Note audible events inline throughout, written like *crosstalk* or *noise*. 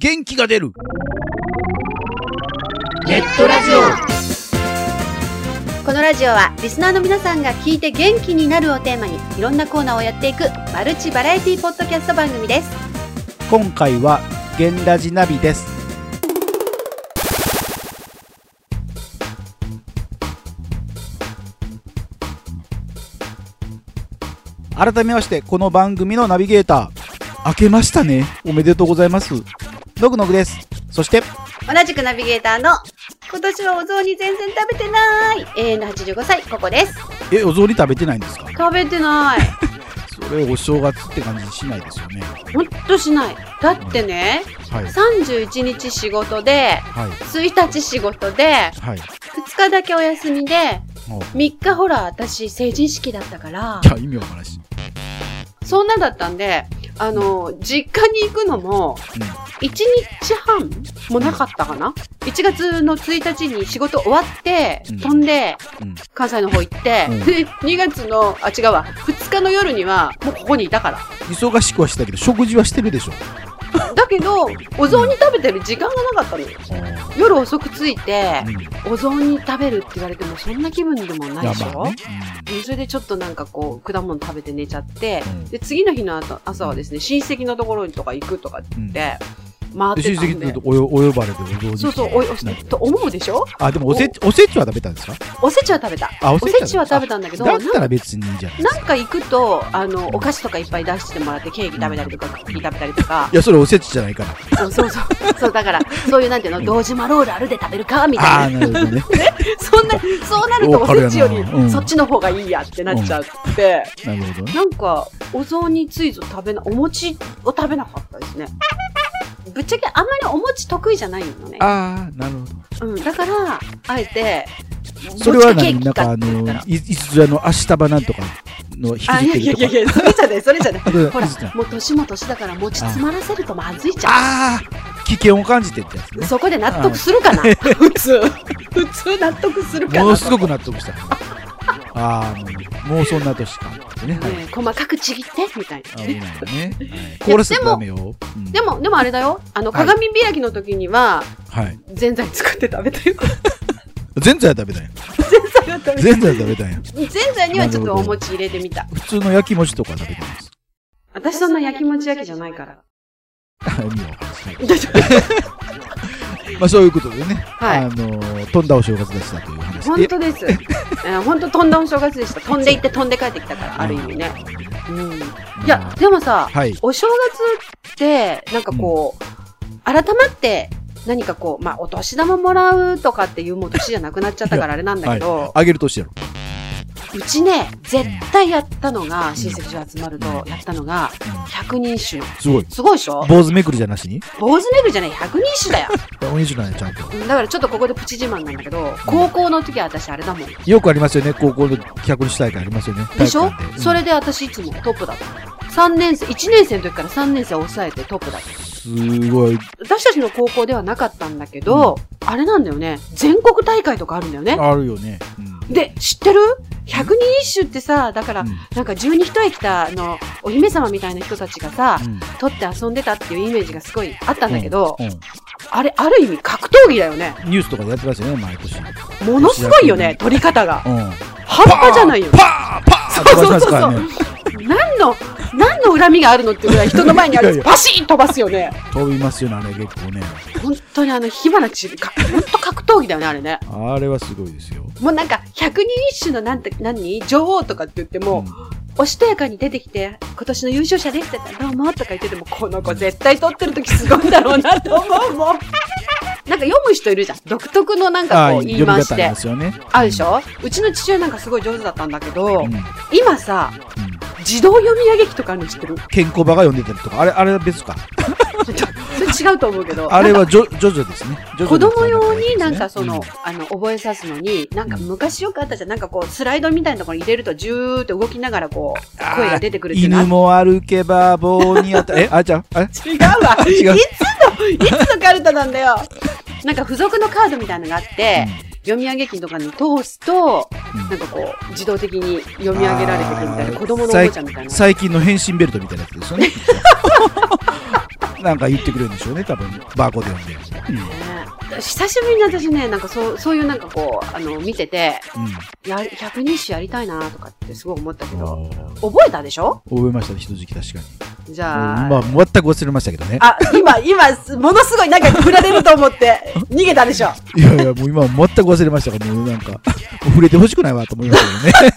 元気が出るネットラジオこのラジオはリスナーの皆さんが聞いて元気になるをテーマにいろんなコーナーをやっていくマルチバラエティポッドキャスト番組です今回はゲンラジナビです改めましてこの番組のナビゲーター明けましたねおめでとうございますノグノグですそして同じくナビゲーターの今年はお雑煮全然食べてない永遠の85歳ここですえお雑煮食べてないんですか食べてないそれお正月って感じしないですよねほんとしないだってねはい31日仕事ではい1日仕事ではい2日だけお休みでもうい3日ほら私成人式だったからや意味わからんし、そんなだったんであの実家に行くのもう1日半もなかったかな1月の1日に仕事終わってうん飛んでんうん、関西の方行って、うんで2月のあ違うわ2日の夜にはもうここにいたから忙しくはしたけど食事はしてるでしょだけどお雑煮食べてる時間がなかったのよ夜遅く着いてうんいお雑煮食べるって言われてもそんな気分でもないでやしょ、まあね、でそれでちょっとなんかこう、果物食べて寝ちゃって、うんで、次の日の朝朝はですね、親戚のところにとか行くとかってうんうん言って、回っでて親たん戚っで。ておよお呼ばれてお雑煮そうそう、おい、おなんしと思うでしょあでもおせちおせちは食べたんですかおせちは食べた。あおせちは食べたんだけど、だなっんたら別にいいじゃないですなかんか行くと、あの、お菓子とかいっぱい出してもらって、ケーキ食べたりとか、クッキー食べたりとかい、やそれおせちじゃないからそうそうそう、そうだから、そういうなんていうの、堂島ロールあるで食べるかみあたあいな。なるほどねそんな、そうなるとわおかるよせなちよりう、んそっちの方がいいやってなっちゃって。なるほどねなんか、お雑煮ついぞ食べな、お餅を食べなかったですね。ぶっちゃけあんまりお餅得意じゃないのね。ああなるほうん、だから、あえて、どそれは餅かケー何キなんかあって言ったのらいいつぞやの明日場なんとかの引きあ、いやずいっやてるいとかやいや、それじゃない、それじゃない。あどうぞほらどうぞ、もう年も年だから餅詰まらせるとまずいじゃん。ああ危険を感じてってやつねそこで納得するかな普通。普通納得するかなものすごく納得したああもうもうそんな年かってねはいねえ細かくちぎって、みたいな。危ないね。凍らせちゃダメよ。うんで、も、でもあれだよ。あの、はい鏡開きの時には、はい。ぜんざい作って食 *laughs* べたよ。全然は食べたんや。全然は食べたんや。ぜんざいにはちょっとお餅入れてみた。普通の焼き餅とかは食べてます。私そんな焼きもち焼きじゃないから。あ意味 *laughs* わかんないまあそういうことでね、はいあのー、飛んだお正月でしたという話本で。当です。え本当飛んだお正月でした。飛んで行って飛んで帰ってきたから、ある意味ね。うん。いや、でもさ、はい。お正月って、なんかこう、改まって、何かこう、まあ、お年玉もらうとかっていうもう年じゃなくなっちゃったからあれなんだけど、あげる年やろ。うちね、絶対やったのが、親戚中集まるとやったのが、百人一首。すごい。すごいでしょ坊主めくりじゃなしに坊主めぐりじゃない、百人一首だよ。おにしなんや、ちゃんと。だからちょっとここでプチ自慢なんだけど、高校の時は私あれだもん。よくありますよね、高校の100日大会ありますよね。でしょ体育館でそれで私いつもトップだった。3年生、1年生の時から3年生を抑えてトップだった。うんすごい。私たちの高校ではなかったんだけど、あれなんだよね。全国大会とかあるんだよね。あるよね。うんで、知ってる ?100 人一首ってさ、だから、うんなんか十二一重着た、あの、お姫様みたいな人たちがさ、うん取って遊んでたっていうイメージがすごいあったんだけど、うんあれ、ある意味格闘技だよね。ニュースとかでやってますよね、毎年。うん。ものすごいよね、取り方が。半パ端じゃないよ。パーパーそうそうそうそう飛ばしますからね何の、何の恨みがあるのってぐらい人の前にあいやるいやバシーン飛ばすよね。飛びますよねあれ結構ね本当にあの火花散るか、本当格闘技だよね、あれね。あれはすごいですよ、もうなんか、百人一首のなんて、何女王とかって言ってうも、おしとやかに出てきて、今年の優勝者ですって言ったら、どうもとか言ってても、この子絶対取ってる時すごいんだろうなと思う *laughs* もん。なんか読む人いるじゃん。独特のなんかあこあう呼言びい回方しありてま。すよねあるでしょうちの父親なんかすごい上手だったんだけどうん、うん今さ、自動読み上げ機とかあるの知ってる健康場が呼んでたりとかあれあれは別かそれ違うと思うけど。あれはジョジョジョですねジョジョの子供用になんかですそねの、あの、覚えさすのに、なんか昔よくあったじゃん。なんかこう、スライドみたいなところに入れると、ジューって動きながらこう、声が出てくうるんっていうのあ犬も歩けば棒に *laughs* 当たえあじゃああれ *laughs* 違うわ。違ういつの、いつのカルタなんだよ。なんか付属のカードみたいなのがあって、読み上げ機とかに通すと、うんなんかこう、自動的に読み上げられてくるみたいあーな、子供のおもちゃみたい最な。 *laughs* 最近の変身ベルトみたいなやつですよねなんか言ってくれるんでしょうね、多分。バーコード読んで。うんね久しぶりに私ね、なんかそう、そういうなんかこう、あの、見てて、うん。や、百人種やりたいなとかってすごい思ったけど、覚覚えたでしょえましたね、人好き確かに。じゃあ、まあ、全く忘れましたけどね。あ、今、今、すものすごいなんか振られると思って、逃げたでしょ。いやいや、もう今は全く忘れましたから、もうなんか、もう触れてほしくないわと思いました *laughs* けどね。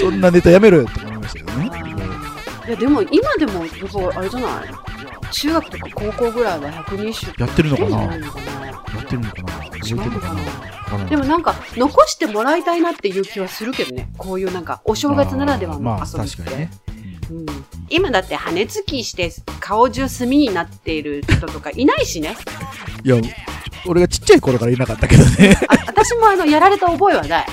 そんなネタやめろよと思いましたけどね。いや、でも、今でも、やっぱあれじゃない中学とか高校ぐらいは百人種やってるのかなやってんじゃいのかやってるのかな覚えてるな違うののかかなわなからないでもなんか、残してもらいたいなっていう気はするけどね。こういうなんか、お正月ならではまあのまあ、遊びっ確かて。にね。うん、今だって羽根つきして顔中炭になっている人とかいないしね。いや、俺がちっちゃい頃からいなかったけどね。あ私もあの、やられた覚え *laughs* はない。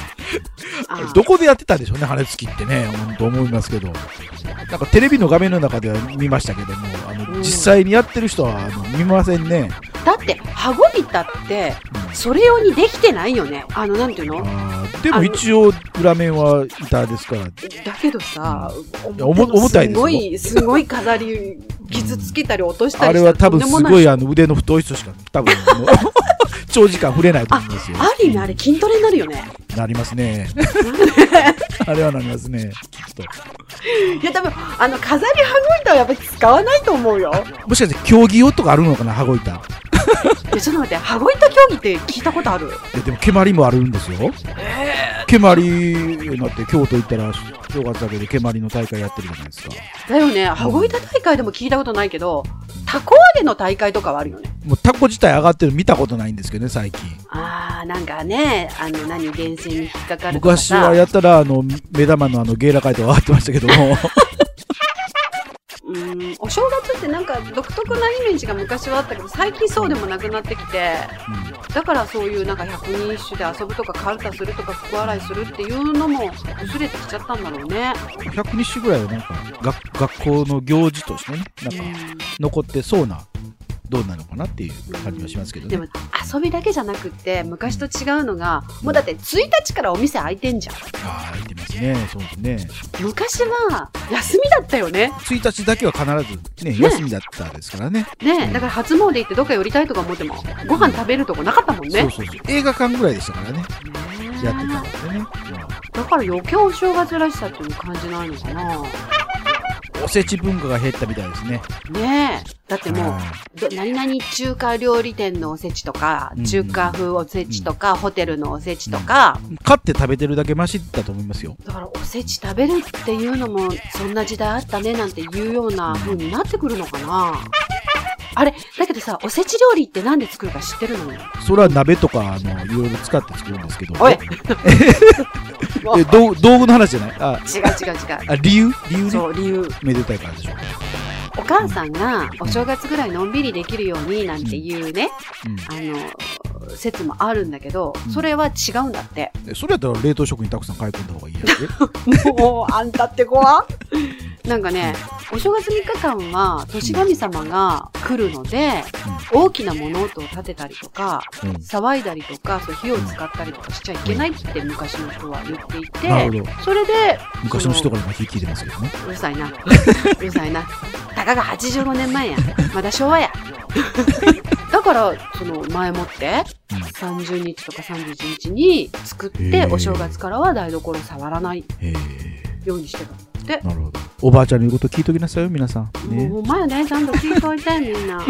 あーどこでやってたんでしょうね、羽根つきってね。ほんと思いますけど。なんかテレビの画面の中では見ましたけども、あうんの、実際にやってる人はあの見ませんね。だって、羽子板って、うんそれ用にできてないよね。あの、なんていうのあーでも一応裏面は板ですからだけどさ、いや重重たいですすよごい、すごい飾り、傷つけたり落としたありれしたらは多分すとんでもごないいあの腕の太い人しか多分あの *laughs* 長時間触れないと思いますよある意味あれ筋トレになるよね。なりますねあれはなりますねきっといや、多分、あの、飾り羽子板はやっぱり使わないと思うよ。もしかして競技用とかあるのかな羽子板いいやちょっと待って、羽子板競技って聞いたことあるやでも蹴鞠もあるんですよ蹴鞠なって京都行ったら正月だけで蹴鞠の大会やってるじゃないですかだよね、羽子板大会でも聞いたことないけど、たこ揚げの大会とかはあるよね。もうタコ自体上がってるの見たことないんですけどね最近あー、なんかね、あの、何、電線に引っかかるとか昔さ。はやったらあの目玉のあのゲーラ会とか上がってましたけど *laughs* も *laughs* うーんお正月ってなんか独特なイメージが昔はあったけど最近そうでもなくなってきてだからそういうなんか百人一首で遊ぶとかカルタするとか福洗いするっていうのも薄れてきちゃったんだろうね。 120種ぐらいはなんか学学校の行事としてねなんか残ってそうなどうなのかなっていう感じはしますけどでねも遊びだけじゃなくって昔と違うのがもうだって1日からお店開いてんじゃんああ空いてますねそうですね昔は休みだったよね1日だけは必ずねね休みだったですからねねえだから初詣行ってどっか寄りたいとか思ってもご飯食べるとこなかったもんねそうそうそう映画館ぐらいでしたからねねえやってたのでね、だから余計お正月らしさっていうの感じないのかなうんおせち文化が減ったみたいですねねえ。だってもあう、ど何々中華料理店のおせちとかう、ん中華風おせちとか、ホテルのおせちとか、ー買って食べてるだけマシだと思いますよだからおせち食べるっていうのも、そんな時代あったねなんていうような風になってくるのかな。あれ、だけどさ、おせち料理ってなんで作るか知ってるのそれは鍋とかあのいろいろ使って作るんですけどお *laughs* い違え道道具の話じゃないあう違う違あ理由理由う。ねそう、理由。めでたいからでしょうお母さんがお正月ぐらいのんびりできるようになんていうね、うんあの、説もあるんだけど、それは違うんだって。えそれやったら冷凍食品たくさん買い込んだ方がいい *laughs* やんけもう、あんたって子はなんかね、お正月3日間は、年神様が来るので、大きな物音を立てたりとか、うん騒いだりとか、そう火を使ったりとかしちゃいけないって昔の人は言っていて、なるほどそれで、昔の人から今聞いてますけどねうるさ *laughs* いな。うるさいな。たかが85年前や。まだ昭和や。だから、その前もって、うん30日とか31日に作っへて、ーお正月からは台所触らないへようにしてた。えなるほどおばあちゃんの言うこと聞いときなさいよ皆さんねもうほんまやね、ちゃんと聞いといて、みんな。もう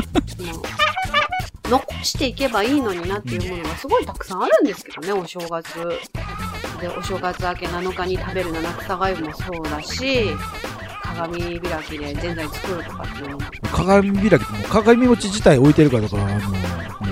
残していけばいいのになっていうものがすごいたくさんあるんですけどね、お正月。で、お正月明け7日に食べる七草がゆもそうだし、鏡開きでぜんざい作るとかっていうのも。鏡開きってもう鏡餅自体置いてるかとかあのも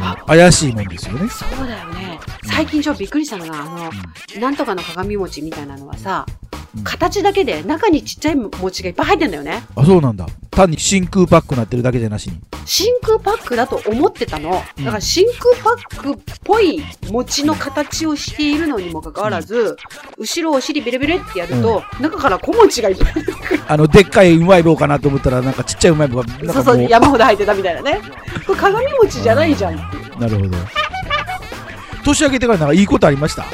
あう怪しいもんですよねそうだよね。最近ちょっとびっくりしたのが、あの、なんとかの鏡餅みたいなのはさう、ん形だけで中にちっちゃい餅がいっぱい入ってんだよね。あそうなんだ単に真空パックになってるだけじゃなしに真空パックだと思ってたの。うだんから真空パックっぽい餅の形をしているのにもかかわらず、後ろをお尻ビレビレってやると、中から小餅がいっぱい。あのでっかいうまい棒かなと思ったらなんかちっちゃいうまい棒がなんそうかそう、もう山ほど入ってたみたいなね。これ鏡餅じゃないじゃんっていう。なるほど年明けてからなんかいいことありましたあ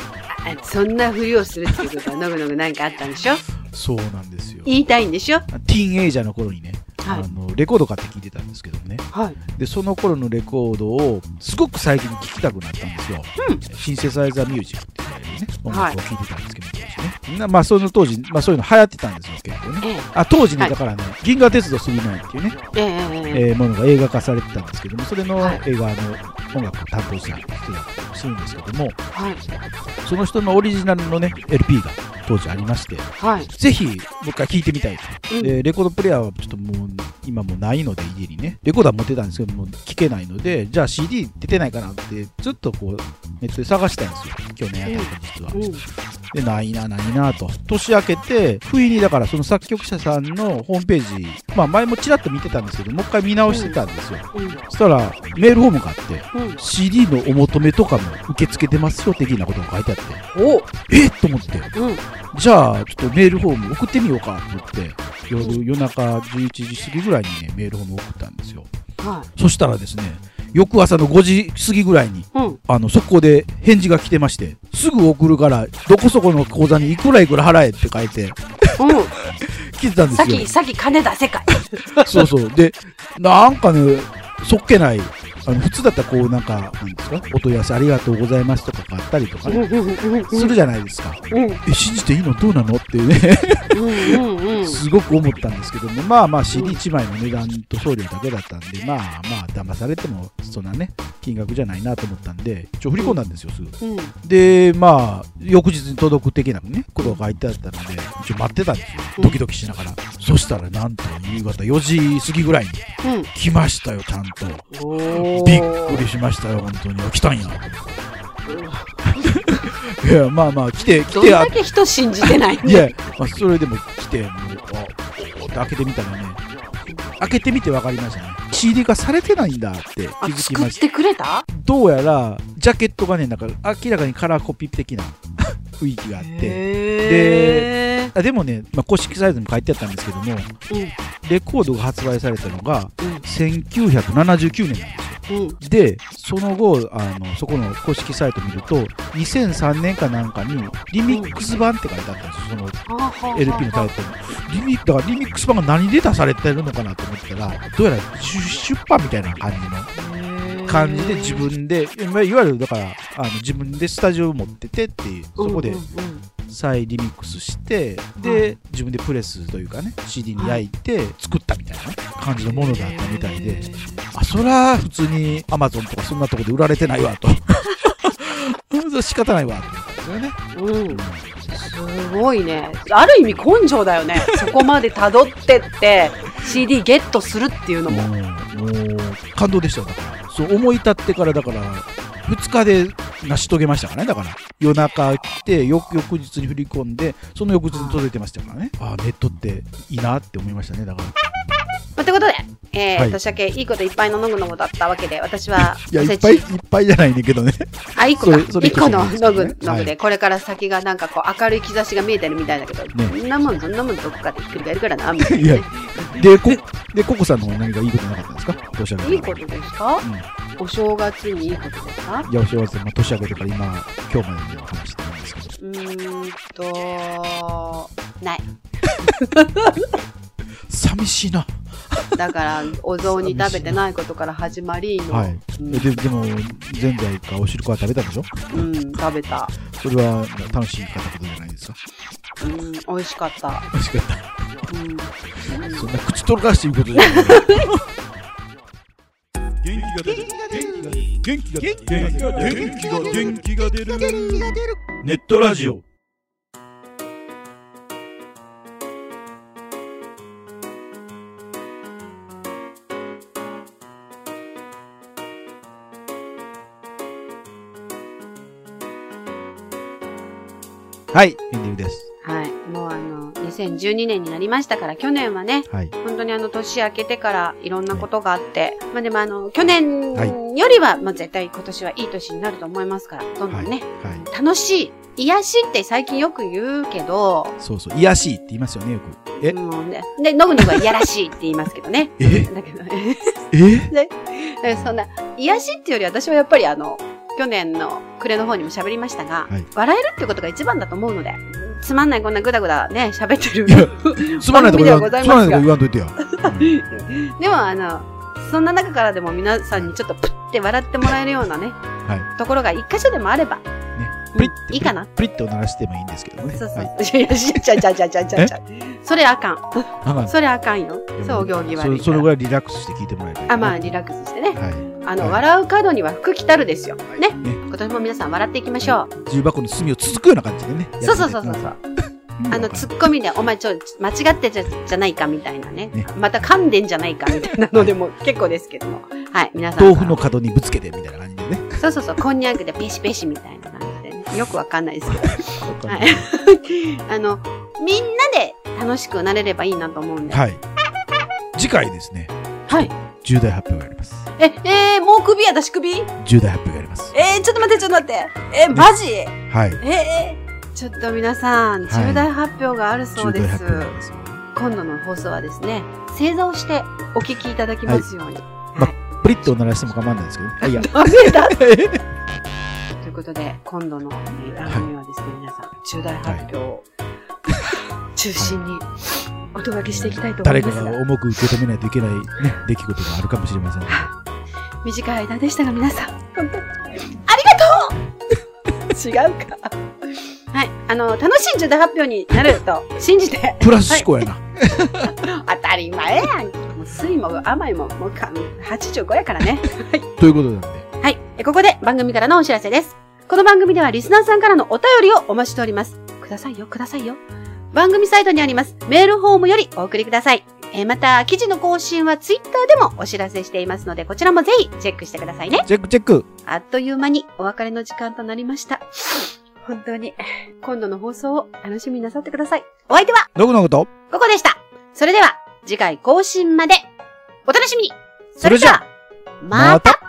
そんなふりをするっていうことは、のぐのぐなんかあったんでしょそうなんですよ言いたいんでしょティーンエイジャーの頃にねはあい。のレコード買って聞いてたんですけどねはい。でその頃のレコードをすごく最近聴きたくなったんですよ、うんシンセサイザーミュージックって言われるね音はい楽を聴いてたんですけど、当時ねなまあその当時、まあ、そういうの流行ってたんですよ結構ねええ。あ当時ね、はいだからね「銀河鉄道999」っていうね、えええええええーものが映画化されてたんですけどもそれのはい映画の音楽を担当した人だったりするんですけどもはい。その人のオリジナルのね LP が当時ありましてはい。ぜひもう一回聴いてみたいと、うんでレコードプレイヤーはちょっともう今もうないので家にねレコーダー持ってたんですけども聴けないのでじゃあ CD 出てないかなってずっとこうネットで探したんですよ去年あたり実は、うん。でないなないなと年明けて不意にだからその作曲者さんのホームページまあ前もちらっと見てたんですけどもう一回見直してたんですよ、うん。そしたらメールフォームがあってうん。 CD のお求めとかも受け付けてますよ的なことが書いてあっておえっと思ってうん。じゃあ、ちょっとメールフォーム送ってみようかって言って、夜、夜中11時過ぎぐらいにね、メールフォーム送ったんですよ。はそしたらですね、翌朝の5時過ぎぐらいに、い。うん。あの、速攻で返事が来てまして、すぐ送るから、どこそこの口座にいくらいくら払えって書いて、うん。来てたんでさすっき、よ。さっき金出せかい。そうそう。で、なんかね、そっけない。あの普通だったらこうなんか、なんですか、お問い合わせありがとうございますとかがあったりとかうんね、うんうんするじゃないですか。うんえ、信じていいのどうなのっていうね。うんうんうん。すごく思ったんですけども、まあまあ CD1 枚の値段と送料だけだったんで、まあまあ騙されてもそんなね、金額じゃないなと思ったんで、一応振り込んだんですよ、すぐ。うん。で、まあ、翌日に届く的なね、ことが書いてあったので、一応待ってたんですよ。ドキドキしながら。そしたら、なんと夕方4時過ぎぐらいにうん。来ましたよ、ちゃんと。おーびっくりしましたよ、本当に。あ来たんや。 *laughs* いや、まあまあ、来て、来どんて、あだけ人信じてないんいだや、まあ、それでも来て、もう、あおおって開けてみたらね、開けてみて分かりましたね。CD 化されてないんだって気あづき作まっした。てくれたどうやら、ジャケットがね、なんか明らかにカラーコピー的な *laughs* 雰囲気があって、へあでもね、まあ、公式サイトにも書いてあったんですけども、ーうんレコードが発売されたのがうん1979年なんです。うんで、その後、あのそこの公式サイト見ると、2003年かなんかに、リミックス版って書いてあったんですよ、その LP のタイトルリミだからリミックス版が何で出されてるのかなと思ったらどうやら出出版みたいな感じのル感じで自分でいわいわゆるだからあの自分でスタジオを持っててっていうそこで再リミックスしてで自分でプレスというかね CD に焼いて作ったみたいな感じのものだったみたいであそら普通に Amazon とかそんなとこで売られてない *laughs* わと仕方ないわって思ったんですよねうんすごいねある意味根性だよ *laughs* ねそこまでたどってって CD ゲットするっていうのももうもう感動でしたよだからそう思い立ってからだから2日で成し遂げましたからねだから夜中来て翌翌日に振り込んでその翌日に届いてましたからねああネットっていいなって思いましたねだからまあということで、えーはい年明けいいこといっぱいののぐのぐだったわけで私はいやおいせっちぱいいっぱいじゃないねんけどね *laughs* あ一そ個かれそれ一個の一個そうのぐですねのぐはでこれから先がなんかこう明るい兆しが見えてるみたいだけど、ねそんなもんそんなもんどこかでひっくり返るからなみたいいなやねでこでココさんの方に何かいいことなかったんですか年明けいいかこらとですか、お正月にいいことですかいやお幸せ、まあ、年明けてから今今日までの話してるんですけどうーんとない寂しいなだからお雑煮食べてないことから始まりの、はいうんえででも前回かお汁粉は食べたんでしょうん、食べた、それは楽しいかったことじゃないですかうん、美味しかった、美味しかった。うんうんそんな口とらしていうことじゃない。元気が出る。元気が *laughs* 出る。元気が出る。元気が出る。元気が出る。ネットラジオ。はい、エンディングです。はいもうあの2012年になりましたから去年はねはい。本当にあの年明けてからいろんなことがあって、まあでもあの去年はよりは、まあ絶対今年はいい年になると思いますからどんどはんい。ね、はい。楽しい癒しって最近よく言うけどそうそう、癒やしいって言いますよね、よく。え、もうね、で、ノグノグはいやらしいって言いますけどね。 *laughs* えだけど、ええそんな、癒しっていうより私はやっぱりあの、去年の暮れの方にも喋りましたが、はい笑えるっていうことが一番だと思うので、つまんないこんなぐだぐだね喋ってるいやつまんないとこ言わん番組ではございつますまがんないとこ言わんといてよ。でもあのそんな中からでも皆さんにちょっとプッて笑ってもらえるようなね、はところが一箇所でもあれば、ねプリッていいかなプリッと鳴らしてもいいんですけどね。そうそう、はいい、やいやちゃちゃちゃちゃちゃちゃそれあかんあかんそれあかんよでもそうお行儀悪そいかそれらぐらいリラックスして聞いてもらえばいいあまあはいリラックスしてねあの、はい笑う角には福来たるですよねね今年も皆さん笑っていきましょう、重箱の隅をつつくような感じでねそうそうそうそやうそっうてみてくださいうんあのわかるツッコミで「お前ちょ間違ってじゃじゃないか」みたいなねねまた噛んでんじゃないかみたいなのでも結構ですけどもはい皆さん豆腐の角にぶつけてみたいな感じでねそうそうそうこんにゃくでペシペシみたいな感じで、ね、よくわかんないですけどははいい、 *laughs* あのみんなで楽しくなれればいいなと思うんでははい次回ですねい重大発表がありますええー、もう首私首え重大発表がありますー、ちょっと待ってちょっと待ってえー、マジえはいー、ちょっと皆さんはい重大発表があるそう重で大す、発表があります今度の放送はですね正座をしてお聞きいただきますように、プリッとお鳴らしても構わないですけどねはいいやダメだということで今度のえー番組はですね、皆さん重大発表を中心にお届けしていきたいと思誰いかますがが重く受け止めないといけないね出来事があるかもしれませんので短い間でしたが皆さん本当にありがとう違うかはいあの楽しい重大発表になると信じてプラス思考やな当たり前やんもう酸いも甘いももうか85やからねということなんではい。えここで番組からのお知らせです。この番組ではリスナーさんからのお便りをお待ちしております。くださいよ、くださいよ。番組サイトにありますメールフォームよりお送りください。えーまた、記事の更新はツイッターでもお知らせしていますので、こちらもぜひチェックしてくださいね。チェックチェックあっという間にお別れの時間となりました。本当に、今度の放送を楽しみになさってください。お相手は、どこのことここでした。それでは、次回更新まで、お楽しみにそれじゃあ、また